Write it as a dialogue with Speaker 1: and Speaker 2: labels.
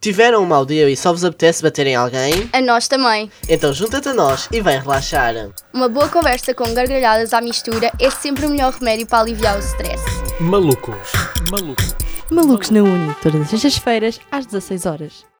Speaker 1: Tiveram um mau dia e só vos apetece bater em alguém?
Speaker 2: A nós também.
Speaker 1: Então junta-te a nós e vem relaxar.
Speaker 2: Uma boa conversa com gargalhadas à mistura é sempre o melhor remédio para aliviar o stress.
Speaker 3: Malucos. Malucos.
Speaker 4: Malucos na Uni, todas as sextas-feiras, às 16 horas.